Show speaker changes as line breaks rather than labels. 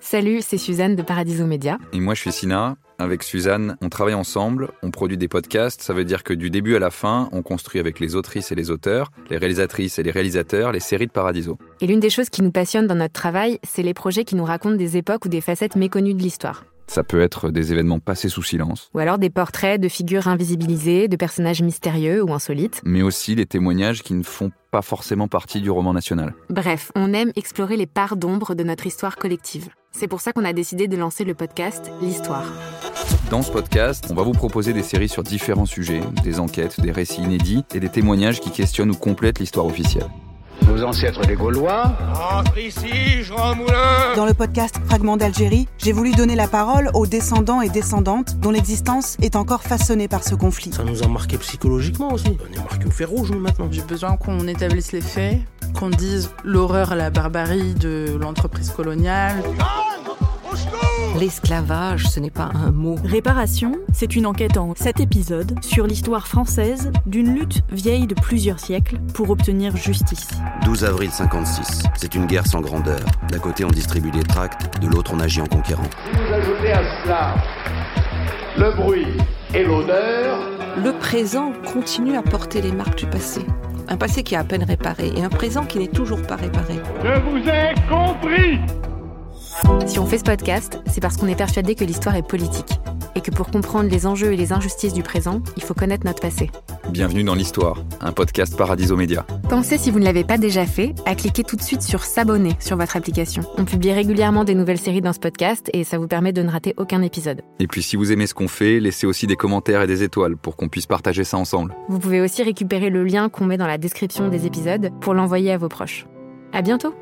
Salut, c'est Suzanne de Paradiso Média.
Et moi, je suis Sina. Avec Suzanne, on travaille ensemble, on produit des podcasts. Ça veut dire que du début à la fin, on construit avec les autrices et les auteurs, les réalisatrices et les réalisateurs, les séries de Paradiso.
Et l'une des choses qui nous passionne dans notre travail, c'est les projets qui nous racontent des époques ou des facettes méconnues de l'histoire.
Ça peut être des événements passés sous silence,
Ou alors des portraits de figures invisibilisées, de personnages mystérieux ou insolites.
mais aussi des témoignages qui ne font pas forcément partie du roman national.
Bref, on aime explorer les parts d'ombre de notre histoire collective. C'est pour ça qu'on a décidé de lancer le podcast L'Histoire.
Dans ce podcast, on va vous proposer des séries sur différents sujets, des enquêtes, des récits inédits et des témoignages qui questionnent ou complètent l'histoire officielle.
Nos ancêtres les Gaulois,
Entre Ah, ici, Jean Moulin
Dans le podcast Fragments d'Algérie, j'ai voulu donner la parole aux descendants et descendantes dont l'existence est encore façonnée par ce conflit.
Ça nous a marqué psychologiquement aussi. On est marqué au fer rouge, nous, maintenant.
J'ai besoin qu'on établisse les faits, qu'on dise l'horreur, la barbarie de l'entreprise coloniale.
L'esclavage, ce n'est pas un mot.
Réparation, c'est une enquête en 7 épisodes sur l'histoire française d'une lutte vieille de plusieurs siècles pour obtenir justice.
12 avril 56. C'est une guerre sans grandeur. D'un côté, on distribue des tracts, de l'autre, on agit en conquérant.
vous ajoutez à cela le bruit et l'odeur,
Le présent continue à porter les marques du passé. Un passé qui est à peine réparé et un présent qui n'est toujours pas réparé.
Si on fait ce podcast, c'est parce qu'on est persuadé que l'histoire est politique. Et que pour comprendre les enjeux et les injustices du présent, il faut connaître notre passé.
Bienvenue dans l'histoire, un podcast Paradiso Média.
Pensez, si vous ne l'avez pas déjà fait, à cliquer tout de suite sur S'abonner sur votre application. On publie régulièrement des nouvelles séries dans ce podcast et ça vous permet de ne rater aucun épisode.
Et puis si vous aimez ce qu'on fait, laissez aussi des commentaires et des étoiles pour qu'on puisse partager ça ensemble.
Vous pouvez aussi récupérer le lien qu'on met dans la description des épisodes pour l'envoyer à vos proches. À bientôt!